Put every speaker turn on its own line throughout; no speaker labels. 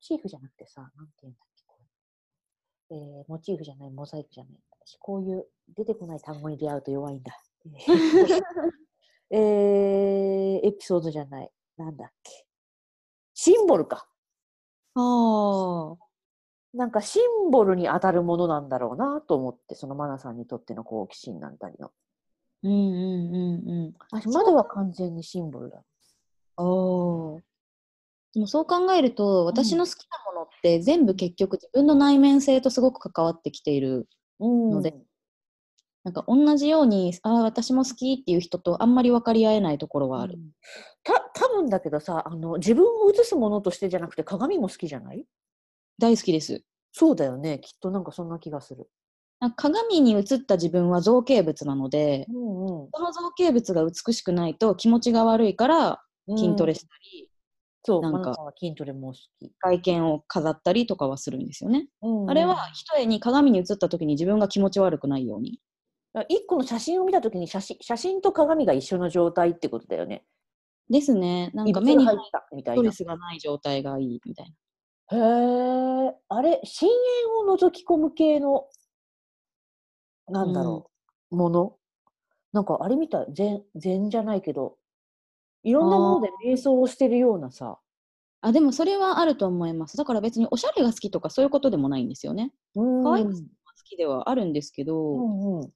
チーフじゃなくてさ、なんて言うんだっけ、これ。えー、モチーフじゃない、モザイクじゃない。私、こういう出てこない単語に出会うと弱いん だ。えー、エピソードじゃない。なんだっけ。シンボルか。
ああ。
なんかシンボルに当たるものなんだろうなと思って、そのマナさんにとっての好奇心なんだりの。
うんうんうんうん。
私、までは完全にシンボルだ。
おーでもそう考えると私の好きなものって全部結局自分の内面性とすごく関わってきている
うん
のでなんか同じようにああ私も好きっていう人とあんまり分かり合えないところはある、
うんた多分だけどさあの自分を映すものとしてじゃなくて鏡も好きじゃない
大好きです
そうだよねきっとなんかそんな気がする。
なんか鏡に映った自分は造形物なので
うんうん
その造形物が美しくないと気持ちが悪いから筋トレしたり、
そう
なんか
マナさは筋トレも好き。
外見を飾ったりとかはするんですよね、
うんうん
あれは一重に鏡に映った時に自分が気持ち悪くないように
だから一個の写真を見たときに写真写真と鏡が一緒の状態ってことだよね。
ですねなんか
異
目
物
に
入
入
っ
った
みた
ス
い
ト
な
レ。スがない状態がいいみたいな。
へえ、あれ、深淵を覗き込む系の、なんだろう、ものなんかあれみたい、禅、禅じゃないけど、いろんなもので瞑想をしてるようなさ。
あでもそれはあると思います。だから別におしゃれが好きとかそういうことでもないんですよね。
可
可愛く好きではあるんですけ
う
ど、
んうん。
うん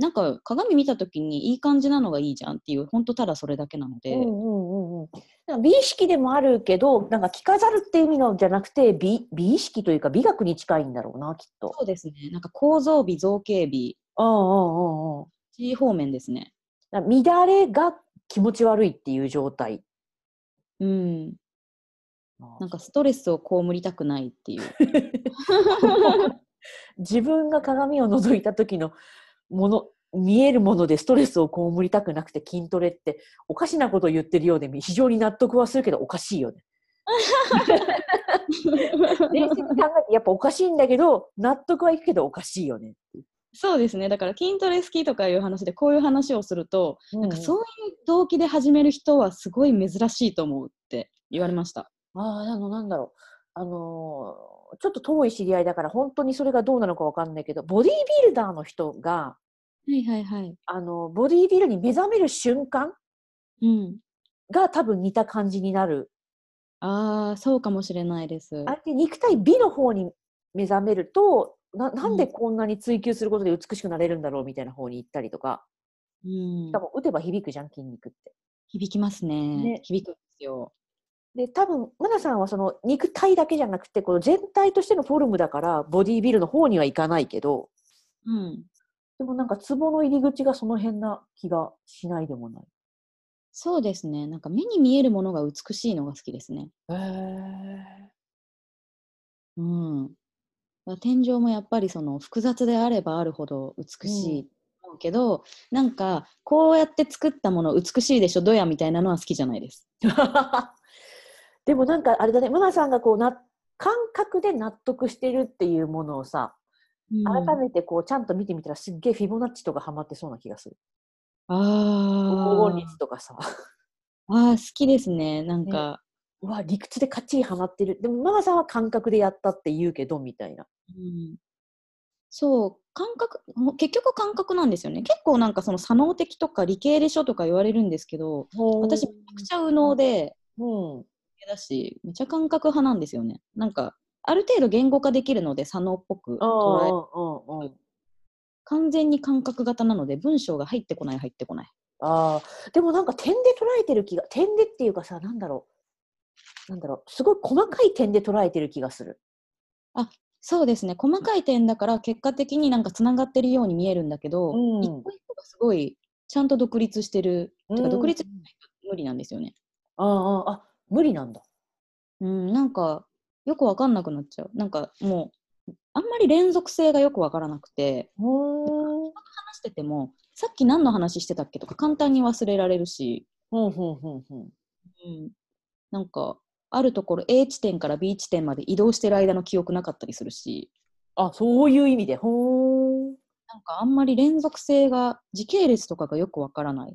なんか鏡見た時にいい感じなのがいいじゃんっていう本当ただそれだけなので、
うんうんうんうん。なんか美意識でもあるけど、なんか着飾るって意味のじゃなくて、美美意識というか美学に近いんだろうな、きっと。
そうですねなんか構造美造形美
うんうんうんうん。
地方面ですね。
だから乱れが気持ち悪いっていう状態。
うん、なんかストレスを被りたくないって いう。
自分が鏡を覗いた時のもの見えるものでストレスを被りたくなくて筋トレっておかしなことを言ってるようで非常に納得はするけどおかしい よね。冷静に考えてやっぱおかしいんだけど納得はいくけどおかしいよね。
そうですねだから筋トレ好きとかいう話でこういう話をすると、
なん
なんかそういう動機で始める人はすごい珍しいと思うって言われました。
あああのなんだろうあのーちょっと遠い知り合いだから本当にそれがどうなのかわかんないけどボディービルダーの人が
はいはいはい。
あのボディービルに目覚める瞬間
うん。
が多分似た感じになる
ああ、そうかもしれないです。
あれって肉体美の方に目覚めるとななんで
うん
こんなに追求することで美しくなれるんだろうみたいな方に行ったりとか
うん
しか。も打てば響くじゃん筋肉って。
響きますね。
ね
響くんですよ。
で多分マナさんはその肉体だけじゃなくてこの全体としてのフォルムだからボディービルの方にはいかないけど
うん。
でもなんかツボの入り口がその辺な気がしないでもない。
そうですね。なんか目に見えるものが美しいのが好きですね。うん。天井もやっぱりその複雑であればあるほど美しいと思うけど、なんかこうやって作ったもの美しいでしょどやみたいなのは好きじゃないです。
でもなんかあれだねマナさんがこうな感覚で納得してるっていうものをさ改
うん
めてこうちゃんと見てみたらすっげえフィボナッチとかハマってそうな気がする。
あ
黄金
ー
率とかさ。
あー、好きですね。なん
ね
か、
うわ、理屈でかっちりハマってる。でもママさんは感覚でやったって言うけどみたいな。
うんそう感覚ほ結局感覚なんですよね結構なんかその左脳的とか理系でしょとか言われるんですけど私めちゃくちゃ右脳で
うん。
だしめちゃ感覚派なんですよねなんかある程度言語化できるので左脳っぽく
あ
捉え
うんうん。
完全に感覚型なので文章が入ってこない入ってこない
ああ、でもなんか点で捉えてる気が、点でっていうかさ、なんだろう。なんだろう。すごい細かい点で捉えてる気がする。
そうですね細かい点だから結果的になんかつながってるように見えるんだけど、
うん
一個一個がすごいちゃんと独立してる、てか独立し
うん
ないと無理なんですよね
ああ、あ、無理なんだ。
うん、なんかよくわかんなくなっちゃう。なんかもうあんまり連続性がよくわからなくて
うーん。
話しててもさっき何の話してたっけとか簡単に忘れられるし、
ふんふんふんふん。
うん、なんかあるところ A 地点から B 地点まで移動してる間の記憶なかったりするし
あ、そういう意味で。ほーん。
なんかあんまり連続性が時系列とかがよくわからない。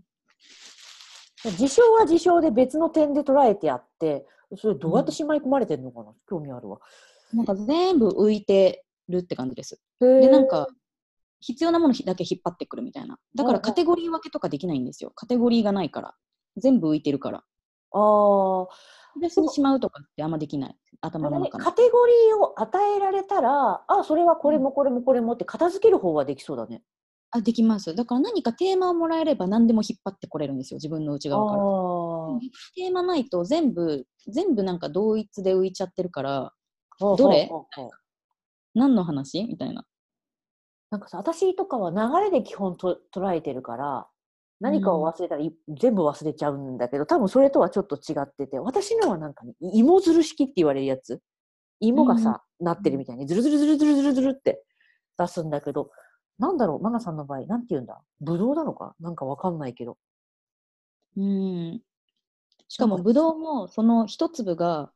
事象は事象で別の点で捉えてあってそれどうやってしまい込まれてるのかな、興味あるわ。
なんか全部浮いてるって感じです。
で
で、なんか、必要なものだけ引っ張ってくるみたいな。だか
うんう
ら
ん
カテゴリー分けとかできないんですよ。カテゴリーがないから。全部浮いてるから。
あー
別にしまうとかってあんまできない。頭の中の
カ。テゴリーを与えられたら、あ、それはこれもこれもこれもって片付ける方はできそうだね。
あ、できます。だから何かテーマをもらえれば何でも引っ張ってこれるんですよ。自分の内側から。テーマないと全部、全部なんか同一で浮いちゃってるから、
あー
どれ
ほうほうほう
何の話みたいな。
なんかさ、私とかは流れで基本と捉えてるから、何かを忘れたらい、全部忘れちゃうんだけど、多分それとはちょっと違ってて、私のはなんかね、い芋づる式って言われるやつ。芋がさ、なってるみたいに、ずるずるずるずるずるずるって出すんだけど、なんだろう、マナさんの場合、なんて言うんだぶどうなのかなんかわかんないけど。
うん。しかも
なんか
ブドウもその一粒が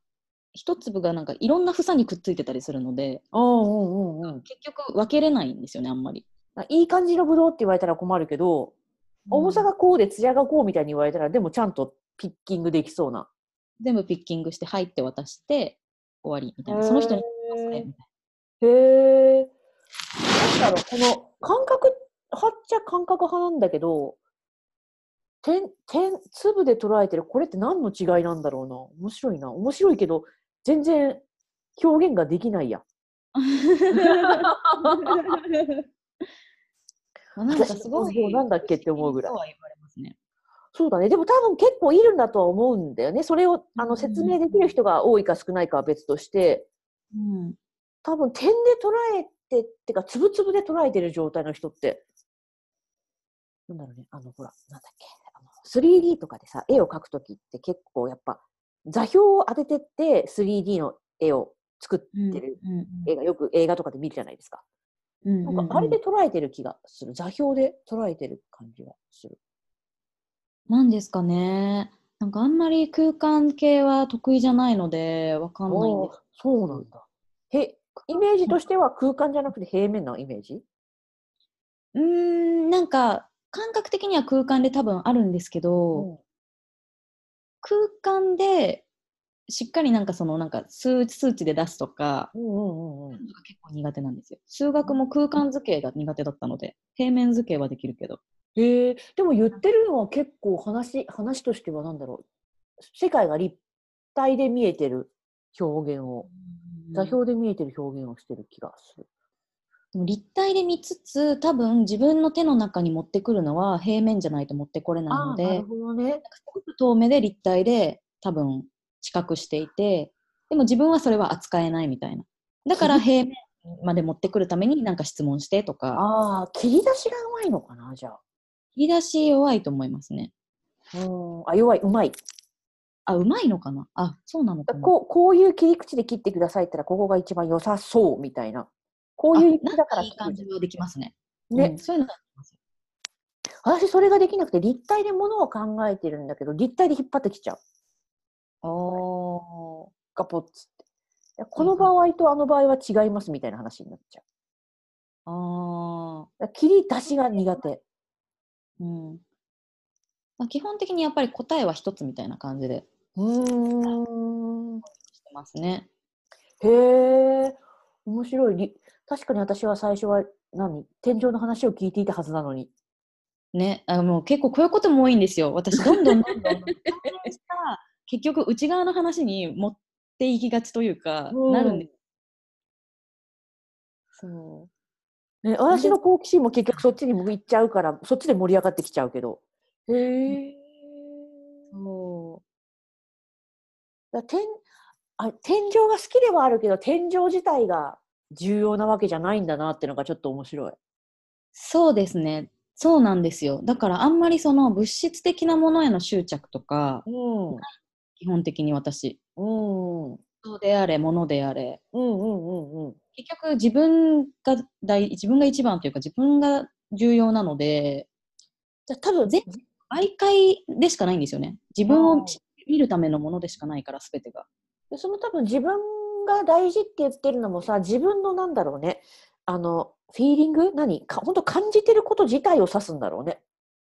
一粒がなんかいろんな房にくっついてたりするので
ああ、うんうんうん。
結局分けれないんですよねあんまり。
いい感じのぶどうって言われたら困るけど、重さ
うん
がこうで、艶がこうみたいに言われたら、でもちゃんとピッキングできそうな。
全部ピッキングして入って渡して終わりみたいなその人に
へー
それみたい
へえ。なんだろう、この感覚派っちゃ感覚派なんだけど、点、点、粒で捉えてる、これって何の違いなんだろうな。面白いな。面白いけど、全然表現ができないや。
な。 まあなんかすご
私も
い
なんだっけって思うぐらい
不思議とは言われますね。
そうだね。でも多分結構いるんだとは思うんだよね。それをあの
うん
説明できる人が多いか少ないかは別として、
うん、
多分点で捉えて、ってか、つぶつぶで捉えてる状態の人って、なんだろうね、あの、ほら、なんだっけ、あの 3D とかでさ、絵を描くときって結構やっぱ、座標を当ててって、3D の絵を作っ
うん
てる
うん
映画、よく映画とかで見るじゃないですか。
うん
な
うんん
か、あれで捉えてる気がする。座標で捉えてる感じがする。
なんですかね。なんかあんまり空間系は得意じゃないのでわかんないんですけど
あーそうなんだ。へ、イメージとしては空間じゃなくて平面なイメージ
うーん、なんか感覚的には空間で多分あるんですけど、空間でしっかりなんかそのなんか数数値で出すとか、
うんうんうんうん。
結構苦手なんですよ。数学も空間図形が苦手だったので、平面図形はできるけど。
へえでも言ってるのは結構話話としては何だろう世界が立体で見えてる表現を座標で見えてる表現をしてる気がする。
でも立体で見つつ、多分自分の手の中に持ってくるのは平面じゃないと持ってこれないので、
な
なん
る
か
ほどね。
すごく遠目で立体で多分知覚していて、でも自分はそれは扱えないみたいな。だ から平面まで持ってくるためになんか質問してとか。
ああ切り出しがうまいのかなじゃあ。
言い出し弱いと思いますね。
うんあ弱いうまい。
あ、うまいのかなあ、そうなのかな
こうこういう切り口で切ってくださいって言ったらここが一番良さそうみたいな。こういう意
あな
味
ん
だから
いい感じはできますね。
ね、
うんそういうのは
私それができなくて立体でものを考えてるんだけど立体で引っ張ってきちゃう。
お
ガポッつって。いやこの場合とあの場合は違いますみたいな話になっちゃう。
あー
だから切り出しが苦手。
うん。まあ基本的にやっぱり答えは一つみたいな感じで
うん。
してますね。
へえ、面白い。り確かに私は最初は何天井の話を聞いていたはずなのに。
ね、あもう結構こういうことも多いんですよ。私、どんどんどんどん関連した 結局内側の話に持っていきがちというか、なるんです。そう。
ね、私の好奇心も結局そっちに向いちゃうから、そっちで盛り上がってきちゃうけど。へえ。
そ
だ天あ天井が好きではあるけど、天井自体が重要なわけじゃないんだなっていうのがちょっと面白い。
そうですね。そうなんですよ。だからあんまりその物質的なものへの執着とか、
うん。
基本的に私、
うん。
人であれ、物であれ、
うんうんうんうん。
結局自分が大、自分が一番というか自分が重要なので、
じゃあ多分
全媒介でしかないんですよね。自分
あー
を知見るためのものでしかないから、すべてが。
でその多分自分が大事って言ってるのもさ自分のなんだろうねあのフィーリング何か本当感じてること自体を指すんだろうね。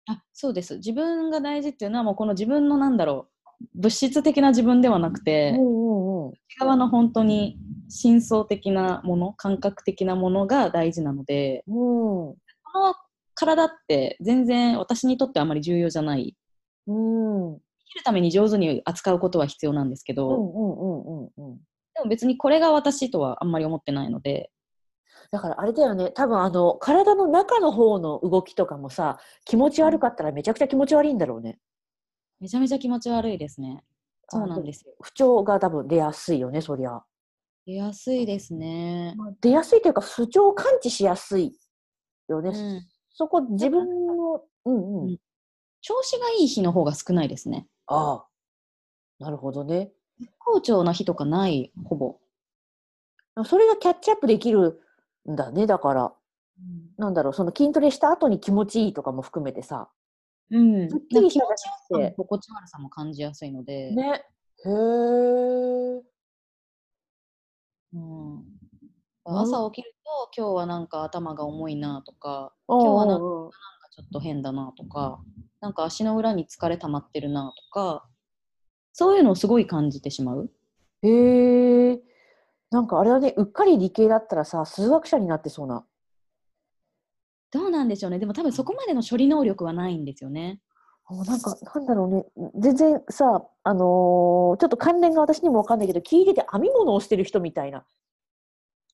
あ、そうです。自分が大事っていうのはもうこの自分のなんだろう、物質的な自分ではなくて、内
うんうん
側の本当に深層的なもの感覚的なものが大事なので
うん
この体って全然私にとってあまり重要じゃない
うんうん
生きるために上手に扱うことは必要なんですけ
う
ど、
んうんうんうん
でも別にこれが私とはあんまり思ってないので
だからあれだよね多分あの体の中の方の動きとかもさ気持ち悪かったらめちゃくちゃ気持ち悪いんだろうね
めちゃめちゃ気持ち悪いですねそうなんですすよ
不調が多分出やすいよねそりゃ
出やすいですね、
出やすいというか不調を感知しやすいよね、
うん
そこ自分のうんうん、
うん調子がいい日の方が少ないですね
ああなるほどね
好調な日とかないほぼ、
それがキャッチアップできるんだねだからなんだろうその筋トレした後に気持ちいいとかも含めてさ
うん、
すっき
なんか
り
気
した
持
だ
ち
け
よさも
で
心地悪さも感じやすいので、
ねへえ
うん、
うん
朝起きると今日はなんか頭が重いなとか
今
日はなんかな
か
んかちょっと変だなとかなんか足の裏に疲れ溜まってるなとかそういうのをすごい感じてしまう
へえ。なんかあれだね、うっかり理系だったらさ、数学者になってそうな。
どうなんでしょうねでも多分そこまでの処理能力はないんですよね
あなんか、なんだろうね、全然さ、あのーちょっと関連が私にもわかんないけど、聞いてて編み物をしてる人みたいな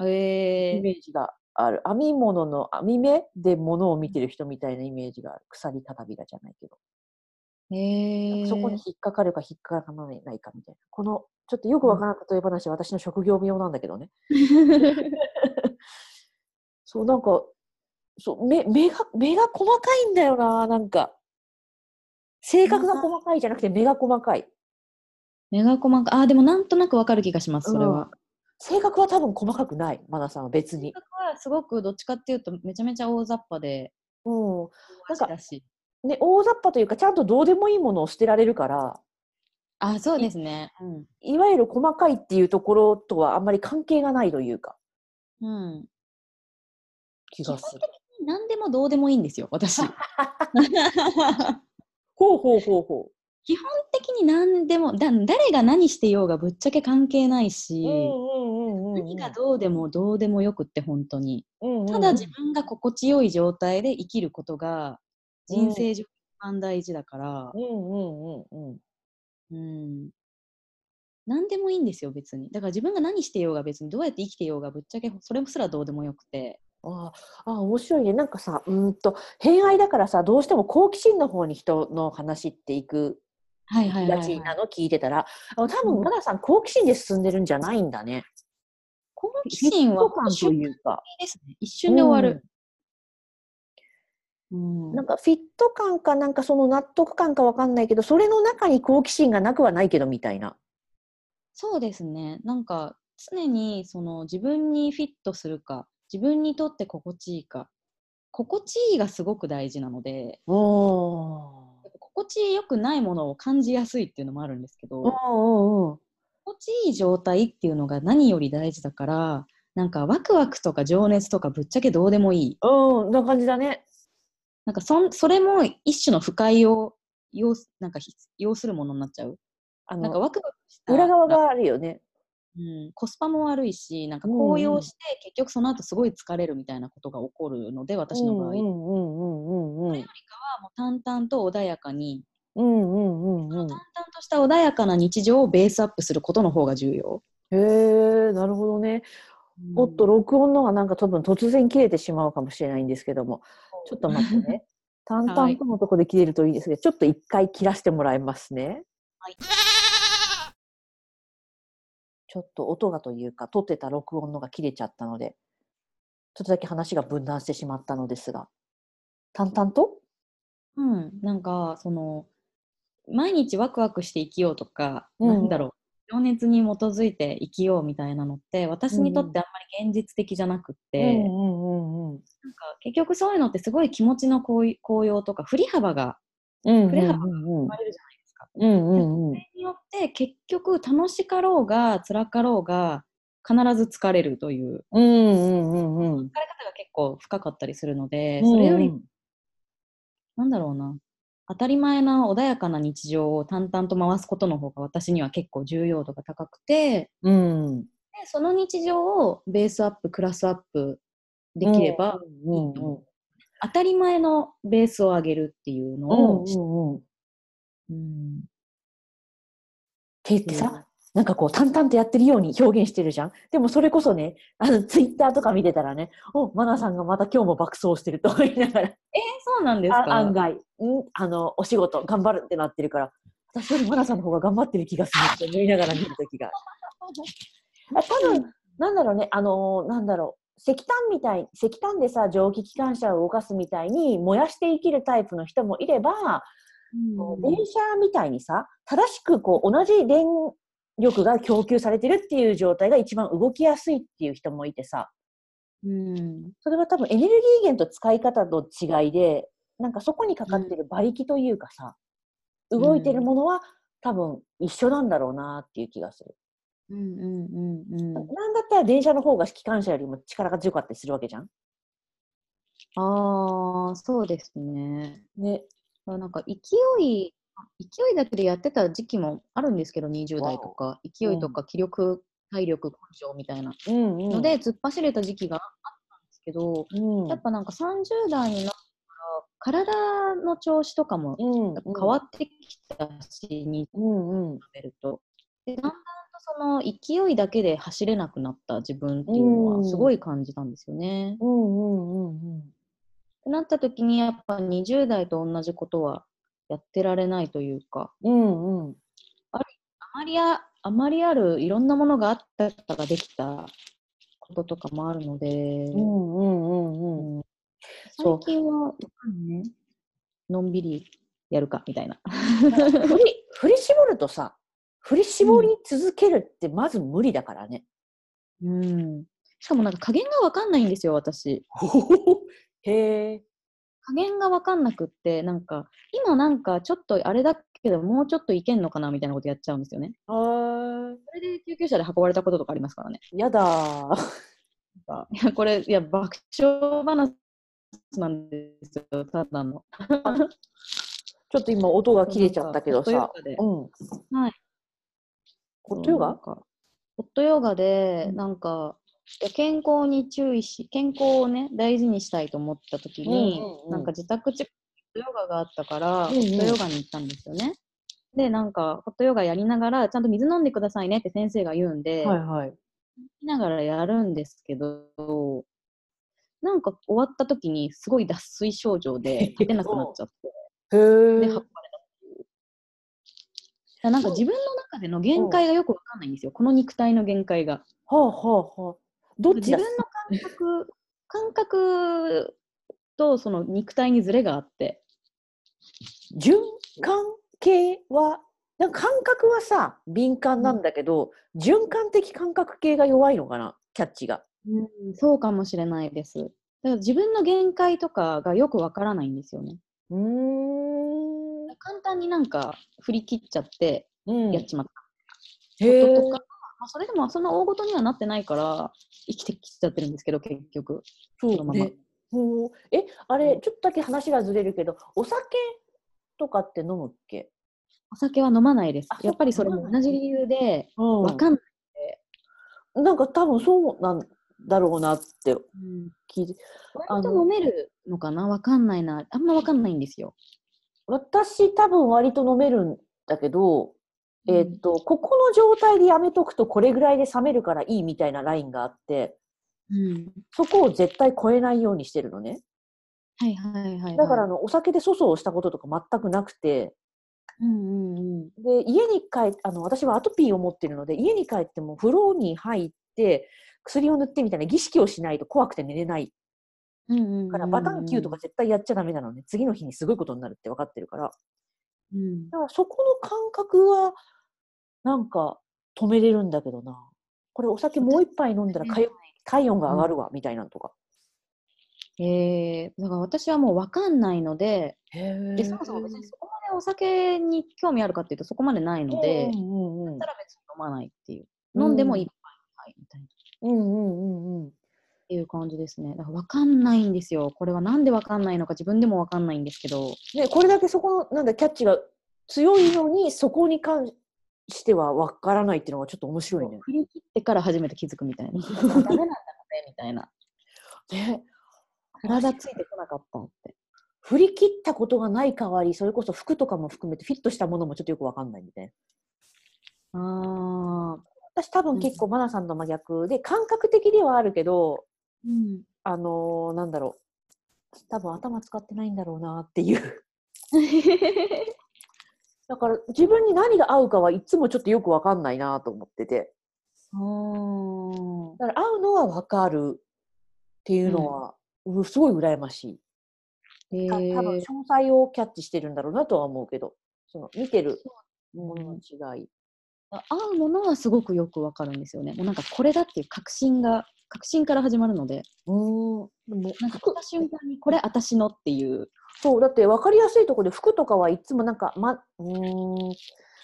イ
え
メージがある。編み物の編み目で物を見てる人みたいなイメージがある。鎖たたびらじゃないけど。
ー、え
なん
ー、
かそ こに引っかかるか引っかからないかみたいな。この、ちょっとよくわからん例え話は私の職業病なんだけどね。そう、なんか、そう、目、目が、目が細かいんだよな、なんか。性格が細かいじゃなくて目が細かい。
目が細かあーでもなんとなくわかる気がしますそれは、
性格は多分細かくない、マナさんは別に
性。格はすごくどっちかっていうとめちゃめちゃ大雑把で
うなんか
らしい
ん。ね、大雑把というか、ちゃんとどうでもいいものを捨てられるから、
あそうですね
いわゆる細かいっていうところとはあんまり関係がないというか、
うん、うん、
気
基本
が
的
する
に。何でもどうでもいいんですよ 私
ほうほうほうほう。
基本的に何でもだ誰が何してようがぶっちゃけ関係ないし、
うんうんうんうんうん
何がどうでもどうでもよくって本当に
うんうん
ただ自分が心地よい状態で生きることが人生上一番大事だから、
うんうんうんうん。
うん、何でもいいんですよ別にだから自分が何してようが別にどうやって生きてようがぶっちゃけそれすらどうでもよくて
ああ、あ面白いね。なんかさ、うーんと、偏愛だからさ、どうしても好奇心の方に人の話っていく
はいはいはい、
が
は
ち
い
なの聞いてたら、あの多分マナさん、好奇心で進んでるんじゃないんだね。
好奇心は
フ
一
ィット感と
瞬
いうか、
ですね一瞬で終わる、うん
なんかフィット感か、なんかその納得感かわかんないけど、それの中に好奇心がなくはないけどみたいな。
そうですね。なんか常にその自分にフィットするか、自分にとって心地いいか、心地いいがすごく大事なので、
おお。
やっぱ心地よくないものを感じやすいっていうのもあるんですけど、
うんうんうん。
心地いい状態っていうのが何より大事だから、なんかワクワクとか情熱とかぶっちゃけどうでもいい。
うん、な感じだね。
なんかそんそれも一種の不快を要すなんかひ要するものになっちゃう。
あ
なんか
の、
ワクワクした
裏側があるよね。
うん、コスパも悪いし、なんか
うんうん
高揚して、結局その後すごい疲れるみたいなことが起こるので、私の場合、
うんうんうんうんうん。
もう淡々と穏やかに、
うんうんうんう
淡
ん。
々とした穏やかな日常をベースアップすることの方が重要。
へえ、なるほどね。おっと、
うん
録音のがなんか多分突然切れてしまうかもしれないんですけども、ちょっと待って ね。淡々とのとこで切れるといいですけど、ちょっと一回切らしてもらいますね。
はい
ちょっと音がというか、撮ってた録音のが切れちゃったので、ちょっとだけ話が分断してしまったのですが、淡々と
うん、なんか、その、毎日ワクワクして生きようとか、
うん
なんだろう、情熱に基づいて生きようみたいなのって、私にとってあんまり現実的じゃなくって、
うんうんうん
なんか結局そういうのってすごい気持ちの高い高揚とか、振り幅が
うんうん
触れ幅
うんうん
生まれるじゃないですか。
うんうんうん
それによって結局楽しかろうが辛かろうが必ず疲れるという
うんうんうんうん
疲れ方が結構深かったりするので、
うん
それよりなんだろうな当たり前な穏やかな日常を淡々と回すことの方が私には結構重要度が高くて
うん。
でその日常をベースアップクラスアップできれば、
うんうんうん
当たり前のベースを上げるっていうのを、
うんうん。
うん
って言ってさ、
うん
なんかこう淡々とやってるように表現してるじゃん。でもそれこそね、あのツイッターとか見てたらね、おマナさんがまた今日も爆走してると思いながら、
えそうなんです
あ
か
案外んあの、お仕事頑張るってなってるから、私よりマナさんの方が頑張ってる気がするって思いながら見るときが。あ多分なんだろうね、あのーなんだろう。石炭みたい、石炭でさ、蒸気機関車を動かすみたいに燃やして生きるタイプの人もいれば、
うん
電車みたいにさ正しくこう同じ電力が供給されてるっていう状態が一番動きやすいっていう人もいてさ
うん
それは多分エネルギー源と使い方の違いでなんかそこにかかってる馬力というかさ、
うん
動いてるものは多分一緒なんだろうなっていう気がする、
うんうんうんうん
なんだったら電車の方が機関車よりも力が強かったりするわけじゃん
ああそうですね
ね
あなんか勢い勢いだけでやってた時期もあるんですけど20代とか勢いとか気力、体力根性みたいな
うんうん
ので突っ走れた時期があったんですけど、
うん
やっぱなんか30代になったら体の調子とかも
うん
変わってきたし、に比
うんうん
べるとでだんだんとその勢いだけで走れなくなった自分っていう
う
のは
ん
すごい感じたんですよね。
うんうんうん
ってなった時にやっぱ20代と同じことはやってられないというか
うんうん
あまりああまりあるいろんなものがあったからできたこととかもあるので、
うんうんうんうん
うん
そう
最近はのんびりやるかみたいな。
振り振り絞るとさ振り絞り続けるってまず無理だから ね。
うん、しかもなんか加減が分かんないんですよ私。
へえ。
加減が分かんなくってなんか今なんかちょっとあれだけどもうちょっといけんのかなみたいなことやっちゃうんですよね。
あ
それで救急車で運ばれたこととかありますからね。
やだー。
か。いや、これ、いや、爆笑話なんですよ、ただの。
ちょっと今音が切れちゃったけど
なん
さ
か。ホットヨガで
うん。
はい。
ホットヨ
なん
ガ
かホットヨガで
う、ん
なんか、いや健康に注意し、健康をね、大事にしたいと思ったときに、
うんうんうん
なんか自宅近くにホットヨガがあったから、
うんうん
ホットヨガに行ったんですよね。で、なんか、ホットヨガやりながら、ちゃんと水飲んでくださいねって先生が言うんで、
はいはい。
見ながらやるんですけど、なんか終わった時にすごい脱水症状で立てなくなっちゃって、
へ
で、
え
運ばれたっていう。なんか自分の中での限界がよくわかんないんですよ、この肉体の限界が。
はあはあはあ。どっち
自
だ
分の感覚、感覚とその肉体にズレがあって、
循環系はなんか感覚はさ敏感なんだけど、循環的感覚系が弱いのかなキャッチが。
そうかもしれないです。だから自分の限界とかがよくわからないんですよね。
うーん。
簡単になんか振り切っちゃって
うん
やっちまった
へ
こ
え
ととか、まあ、それでもそんな大ごとにはなってないから生きてきちゃってるんですけど結局
そう
そのまま
ねほうえ、あれ、ちょっとだけ話がずれるけど、お酒とかって飲むっけ
お酒は飲まないです
あ
やっぱりそれも同じ理由で
うん
わかんない、
なんか多分そうなんだろうなって聞いて、
割と飲めるのかなわかんないなあんまわかんないんですよ
私多分割と飲めるんだけど、えーっと、ここの状態でやめとくとこれぐらいで冷めるからいいみたいなラインがあって、
うん
そこを絶対超えないようにしてるのね。
はいはいはい、はい、
だからあの、お酒で粗相をしたこととか全くなくて、
うんうんうん
で家に帰っあの私はアトピーを持ってるので家に帰っても風呂に入って薬を塗ってみたいな儀式をしないと怖くて寝れない
うんうんうん
からバタンキューとか、絶対やっちゃダメなので次の日にすごいことになるって分かってるから
うん、
だからそこの感覚はなんか止めれるんだけどなこれお酒もう一杯飲んだら体体温が上がるわみたいなのとか。
えー、だから私はもうわかんないのでで
で
そもそも別にそこまでお酒に興味あるかっていうとそこまでないので、
うんうんうん
だったら別に飲まないっていう。
うん
飲んでも一杯はいみたいな。
うんうんうんうん
ていう感じですね。だから分かんないんですよ。これはなんで分かんないのか自分でも分かんないんですけど。
ね、これだけそこのなんだキャッチが強いのにそこに関してはわからないっていうのがちょっと面白いね。
振り切ってから初めて気づくみたいな。ダメなんだろうね、みたいな。
ね
体ついてこなかったって。
振り切ったことがない代わりそれこそ服とかも含めてフィットしたものもちょっとよくわかんないみたいな。
ああ。
私多分結構マナさんと真逆で感覚的ではあるけど
うん。
あのーなんだろう多分頭使ってないんだろうなっていうだから自分に何が合うかはいつもちょっとよくわかんないなと思ってて
あ
だから合うのはわかるっていうのは、うすごい羨まし
え
いた多分詳細をキャッチしてるんだろうなとは思うけどその見てるものの違い、
合うものはすごくよくわかるんですよね。もうなんかこれだっていう確信が、確信から始まるので、
うんでも
なんか来た瞬間にこれ私のっていう。
そうだって分かりやすいところで服とかはいつもなんか、ま、うーん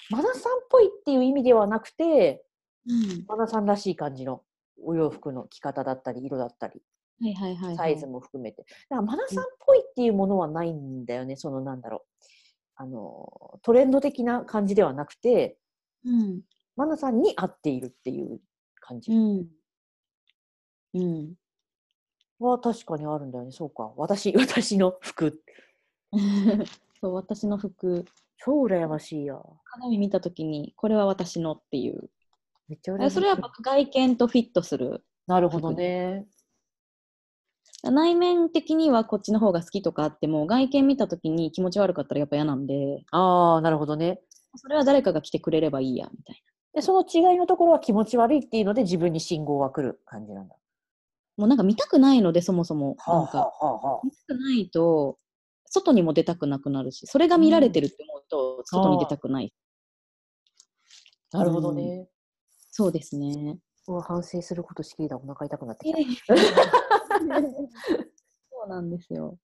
マナさんっぽいっていう意味ではなくて
うん。
マナさんらしい感じのお洋服の着方だったり色だったり
はいはいはい、はい。
サイズも含めてだからマナさんっぽいっていうものはないんだよねそのなんだろうあのトレンド的な感じではなくて
うん。
マナさんに合っているっていう感じ
うん。うん。
は確かにあるんだよねそうか私 私の服
そう、私の服、
超羨ましいや
鏡見たときに、これは私のっていう。
めっちゃ羨ましい
それはやっぱ外見とフィットする。
なるほどね
内面的にはこっちの方が好きとかあっても、外見見たときに気持ち悪かったらやっぱ嫌なんで、
ああなるほどね
それは誰かが来てくれればいいや、みたいな。
で、その違いのところは気持ち悪いっていうので自分に信号は来る感じなんだ。
もうなんか見たくないので、そもそも。なんか、
あはあはあ
見たくないと、外にも出たくなくなるし、それが見られてるって思うと、外に出たくない。
なるほどね。
そうですね。
うわ反省することしきりだ。お腹痛く なってきた。
そうなんですよ。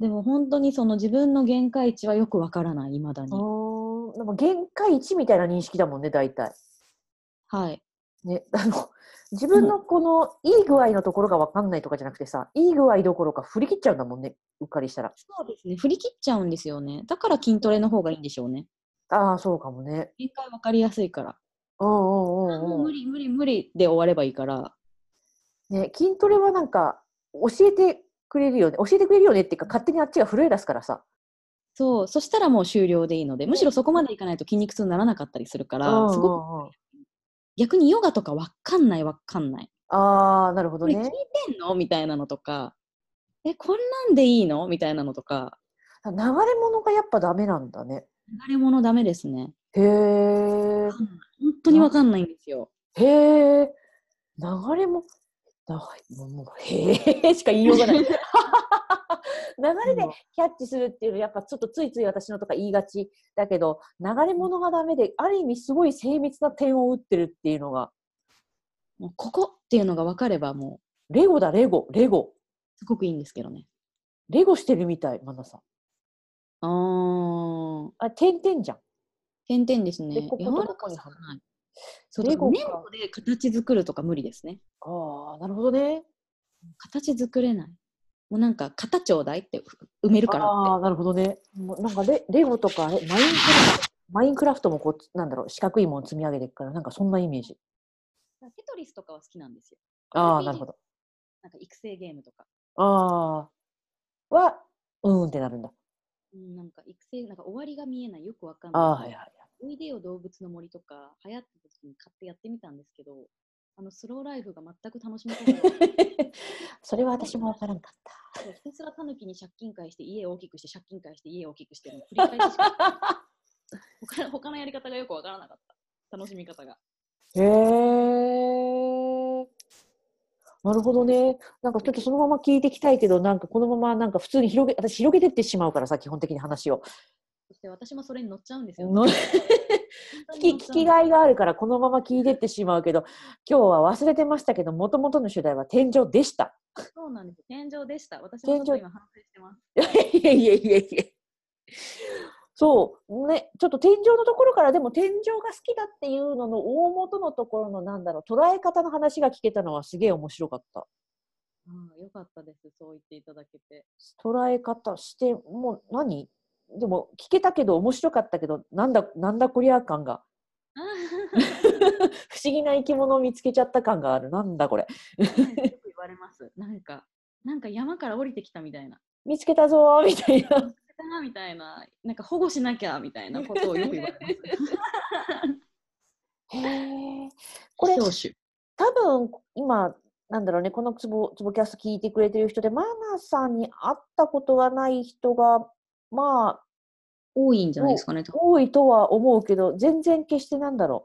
でも本当にその自分の限界値はよくわからない、未だに。
ーん。でも限界値みたいな認識だもんね、大体。
はい。
ね、あの、自分のこのいい具合のところがわかんないとかじゃなくてさ、いい具合どころか振り切っちゃうんだもんね、うっかりしたら。
そうですね。振り切っちゃうんですよね。だから筋トレの方がいいんでしょうね。
ああ、そうかもね。
限界わかりやすいから。
うんうん
もう
うんう
無
ん。
理無理無理で終わればいいから。
ね、筋トレはなんか、教えてくれるよね。教えてくれるよねっていうか、勝手にあっちが震え出すからさ。
そう。そしたらもう終了でいいので、むしろそこまでいかないと筋肉痛にならなかったりするから、すごく
く。
逆にヨガとかわかんないわかんない。
ああ、なるほど
これ
ね
聞い。てんのみたいなのとか、え、こんなんでいいのみたいなのとか、
流れ物がやっぱダメなんだね。
流れ物ダメですね。
へえ。
本当にわかんないんですよ。
へえ。流れも、なもうもうへえしか言いようがない。流れでキャッチするっていうのやっぱちょっとついつい私のとか言いがちだけど、流れ物がダメで、ある意味すごい精密な点を打ってるっていうのが、
もうここっていうのが分かればも
レゴだ、レゴ、レゴ。
うすごくいいんですけどね。
レゴしてるみたい、マナさん。
あー、
あ、点々じゃん。
点々ですね。
で
柔
ここと
ら
ここ
か
に
さ
貼る
がない。そう
レ
レ
ゴ
ゴ
か
粘土で形作るとか無理ですね。
ああ、なるほどね。
形作れない。もうなんか型ちょうだいって埋めるからって。
ああ、なるほどね。もうなんかレレゴとかあれマインクラフト、マインクラフトもこう、なんだろう、四角いもの積み上げていくから、なんかそんなイメージ。
テトリスとかは好きなんですよ。
ああ、なるほど。
なんか育成ゲームとか。
ああ、は、うーんってなるんだ。
うん、なんか育成、なんか終わりが見えない、よくわかん
あ
ない。
あ、はいはい。
おいでよ動物の森とか流行った時に買ってやってみたんですけど、あのスローライフが全く楽しめてない。
それは私もわからんかっ
そうひたすらタヌキに借金返して家を大きくして借金返して家を大きくしての繰り返ししか他 の他のやり方がよくわからなかった楽しみ方が
た。へえ。なるほどね。なんかちょっとそのまま聞いていきたいけど、なんかこのままなんか普通に広げ、私広げてってしまうからさ、基本的に話を。
そして私もそれに乗っちゃうんですよ
の
本当に
聞
乗っちゃう
き聞きがいがあるからこのまま聞いてってしまうけど今日は忘れてましたけどもともとの主題は天井でした。
そうなんです天井でした私もちょっと今反省してます
いやいやいやいやそうねちょっと天井のところからでも天井が好きだっていうのの大元のところのなんだろう捉え方の話が聞けたのはすげえ面白かった。
うん、よかったです。そう言っていただけ て。
捉え方してもう何でも聞けたけど面白かったけどなんだなんだこりゃ感が不思議な生き物を見つけちゃった感があるなんだこれ
よく言われます。なんか、なんか山から降りてきたみたいな。
見つけたぞーみたいな
みたいな、なんか保護しなきゃみたいなことをよく言われます。
へーこれ
教師
多分今なんだろうねこのつぼつぼキャス聞いてくれてる人でマナさんに会ったことがない人がまあ
多いんじゃないですかね。
多いとは思うけど全然決してなんだろ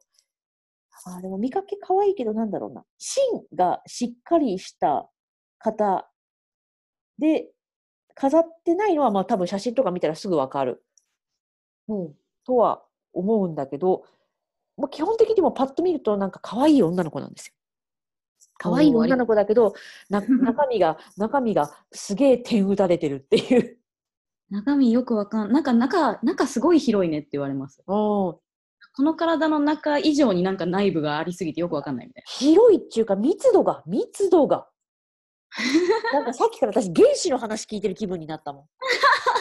うあーでも見かけ可愛いけどなんだろうな芯がしっかりした方で飾ってないのはまあ多分写真とか見たらすぐわかるとは思うんだけど、まあ、基本的にもパッと見るとなんか可愛い女の子なんですよ。可愛い女の子だけどな中身が中身がすげえ点打たれてるっていう。
中身よくわかんなんか中、中すごい広いねって言われます。
うん
この体の中以上になんか内部がありすぎてよくわかんないみたい
広いっていうか密度が密度がなんかさっきから私原子の話聞いてる気分になったもん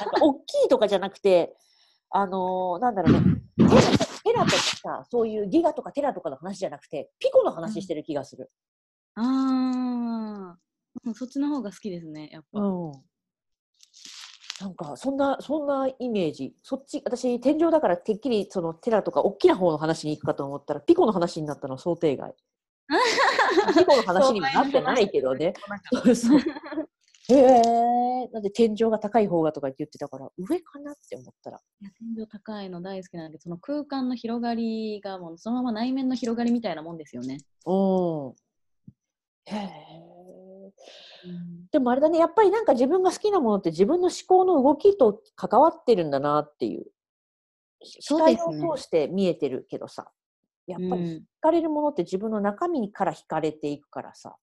なんか大きいとかじゃなくてあのーなんだろうねテラテラとかさそういうギガとかテラとかの話じゃなくてピコの話してる気がする、
な。ああ、そっちの方が好きですね、やっぱ。
ん、なんかそんなそんなイメージそっち私天井だからてっきりそのテラとか大きな方の話に行くかと思ったらピコの話になったの想定外ピコの話にもなってないけどねそうそう。 へえー、なんで天井が高い方がとか言ってたから、上かなって思ったら。
いや天井高いの大好きなんだけど、その空間の広がりがもうそのまま内面の広がりみたいなもんですよね。
うん。へえ。でもあれだね、やっぱりなんか自分が好きなものって自分の思考の動きと関わってるんだなっていう。視
そうで
界
すね
を通して見えてるけどさ。やっぱり惹かれるものって自分の中身から惹かれていくからさ。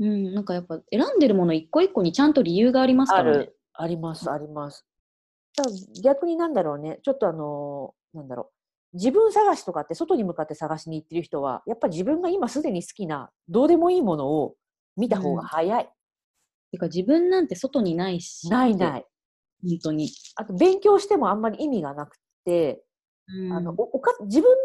うん、うん、なんかやっぱ選んでるもの一個一個にちゃんと理由がありますか
あ
らね。
る。あります、あります。だから逆になんだろうね、ちょっとあのーなんだろう。自分探しとかって外に向かって探しに行ってる人は、やっぱ自分が今すでに好きな、どうでもいいものを見た方が早い。
てか自分なんて外にないし。。
ないないい。
本当に。
あと、勉強してもあんまり意味がなくて、あのおおか自分の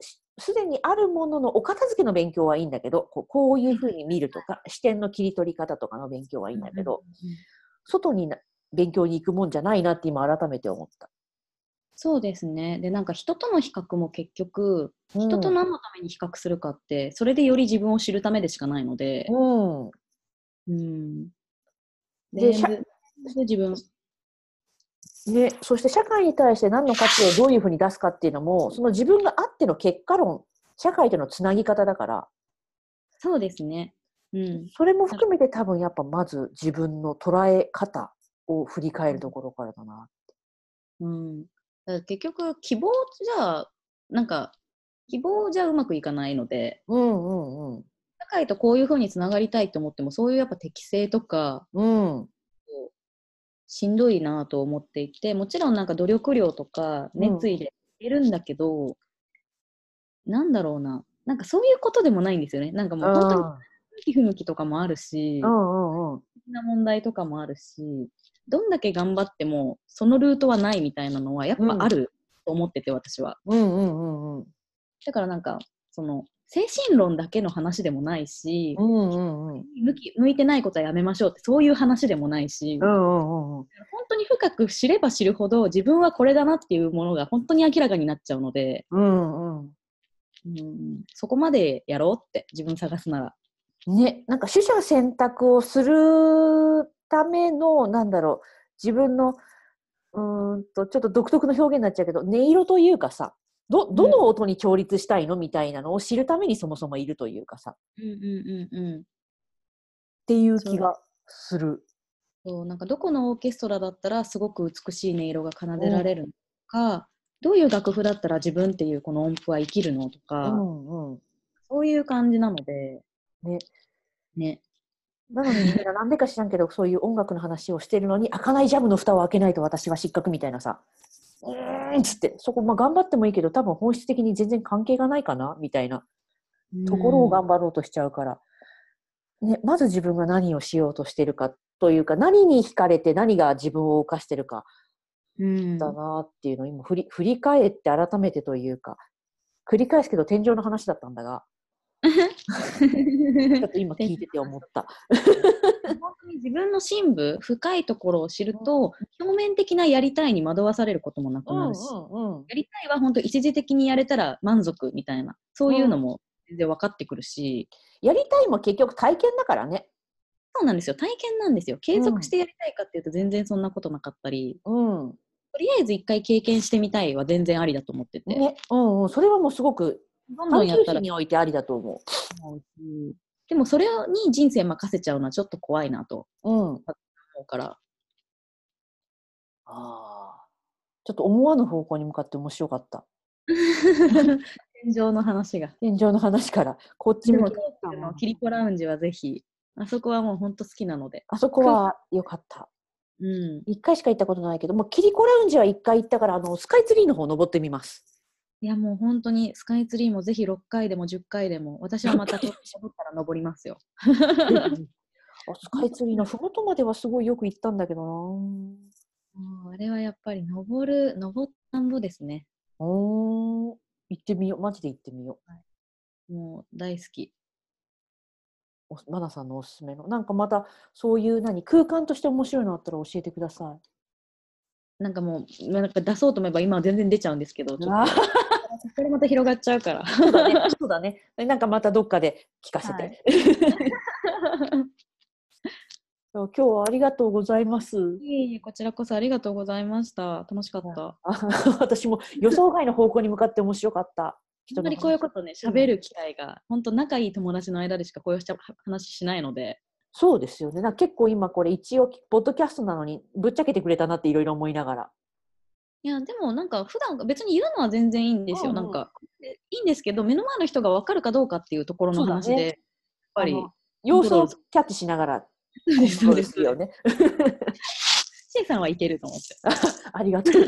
しすでにあるもののお片付けの勉強はいいんだけど、こうこういうふうに見ると か、視点の切り取り方とかの勉強はいいんだけど、
うん、
外にな勉強に行くもんじゃないなって今改めて思った。
そうですね。で、なんか人との比較も結局、人と何のために比較するかって、それでより自分を知るためでしかないので、
うん、うん
うん。
で
で、
しゃ
で自分、
ね、そして社会に対して何の価値をどういうふうに出すかっていうのもその自分があっての結果論社会とのつなぎ方だから
そうですね。うん。
それも含めて多分やっぱまず自分の捉え方を振り返るところからだな。
うん、だから結局、希望じゃ、なんか、希望じゃうまくいかないので、
うんうんうん。
社会とこういうふうにつながりたいと思っても、そういうやっぱ適性とか、
うん
しんどいなと思っていてもちろんなんか努力量とか
うん
熱意でいるんだけど、なんだろうななんかそういうことでもないんですよねなんかもう本当に向き不向きとかもあるし
う
大
んうんうん。
きな問題とかもあるしどんだけ頑張ってもそのルートはないみたいなのはやっぱあると思ってて私は
うんうんうんうん。
だからなんかその精神論だけの話でもないし、
うんうんうん。
向き向いてないことはやめましょうってそういう話でもないし、
うんうん
本当に深く知れば知るほど自分はこれだなっていうものが本当に明らかになっちゃうので、
うんうん。
うん、そこまでやろうって自分探すなら。
ね、なんか取捨選択をするための、なんだろう、自分の、うーんと、ちょっと独特の表現になっちゃうけど、音色というかさ、ど、どの音に調律したいのみたいなのを知るためにそもそもいるというかさ、っ
うんうんうんうん、
ていう気がする。
そうなんかどこのオーケストラだったらすごく美しい音色が奏でられるのか、どういう楽譜だったら自分っていうこの音符は生きるのと
う
か、
んうん。
そういう感じなので。
ね
ね。
なのに、なんでか知らんけど、 そういう音楽の話をしてるのに、開かないジャムの蓋を開けないと私は失格みたいなさ、うーんっつって、そこ、まあ頑張ってもいいけど、多分本質的に全然関係がないかな、みたいな。ところを
うん
頑張ろうとしちゃうから、ね、まず自分が何をしようとしてるかというか、何に惹かれて何が自分を動かしてるか
うん
だなっていうのを今振り、振り返って改めてというか、繰り返すけど天井の話だったんだが、ちょっと今聞いてて思った。
本当に自分の深部深いところを知ると、表面的なやりたいに惑わされることもなくなるし、
うんうん
やりたいは本当一時的にやれたら満足みたいなそういうのも全然分かってくるし、
やりたいも結局体験だからね。
そうなんですよ体験なんですよ継続してやりたいかっていうと全然そんなことなかったり、
うん。
とりあえず一回経験してみたいは全然ありだと思ってて、
ね。うんうん。それはもうすごく、
どんどん
探
やっ
求
たら
心においてありだと思
思うしでもそれに人生任せちゃうのはちょっと怖いなと
う。うん。
思う から
ああ。ちょっと思わぬ方向に向かって面白かった。
天井の話が。
天井の話から、こっち
で
向
も
きだった
あ
な
のキリコラウンジはぜひあそこはもう本当好きなので、
あそこは良かった。
うん、
一回しか行ったことないけど、もうキリコラウンジは一回行ったから、あの、スカイツリーの方登って みます。
いやもう本当にスカイツリーもぜひ6回でも10回でも私はまたちょっと絞ったら登りますよ。
あスカイツリーのふもとまではすごいよく行ったんだけどな。
もうあれはやっぱり登る登ったんぼですね。
おー行ってみよう。マジで行ってみよ
もう大好き。
う。おマナさんのおすすめの。なんかまた、そういう何、空間として面白いのあったら教えてください。
なんかもうなんか出そうと思えば今は全然出ちゃうんですけど、ちょっと
あ
これまた広がっちゃうから。
そうだね。そうだね。なんかまたどっかで聞かせて。
はい
今日はありがとうございます。
いえいえこちらこそありがとうございました。楽しかった。
あ私も予想外の方向に向かって面白かった。
あんまりこういうことね、喋る機会が、本当仲いい友達の間でしかこういうしゃ話しないので、
そうですよね。なんか結構今これ一応ポッドキャストなのにぶっちゃけてくれたなっていろいろ思いながら。
いや、でもなんか、普段別に言うのは全然いいんですよ、
うんう
なんんか、でいいんですけど、目の前の人が分かるかどうかっていうところの話
そ
で、
うだね
やっぱり、
あの様子をキャッチしながら。
そうですそうです
よね。
C さんはいけると思って。
ありがとう。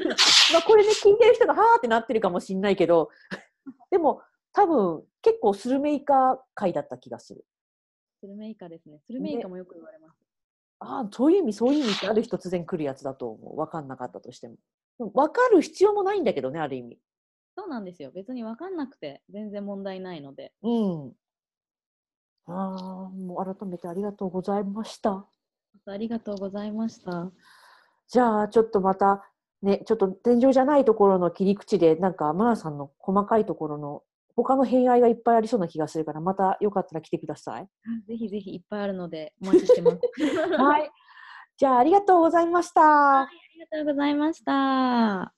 まあこれね聞いてる人がはーってなってるかもしんないけど、 でも多分結構スルメイカ会だった気がする。
スルメイカですね。スルメイカもよく言われます。
ああ、そういう意味、そういう意味ってある日突然来るやつだと思う。分かんなかったとしても。でも分かる必要もないんだけどね、ある意味。
そうなんですよ。別に分かんなくて、全然問題ないので。
うん。ああ、もう改めてありがとうございました。
本当ありがとうございました。
じゃあ、ちょっとまた、ね、ちょっと天井じゃないところの切り口で、なんか、マナさんの細かいところの、他の偏愛がいっぱいありそうな気がするから、またよかったら来てください。
ぜひぜひいっぱいあるので、お待ちしてます。
はい。じゃあ、ありがとうございました。
ありがとうございました。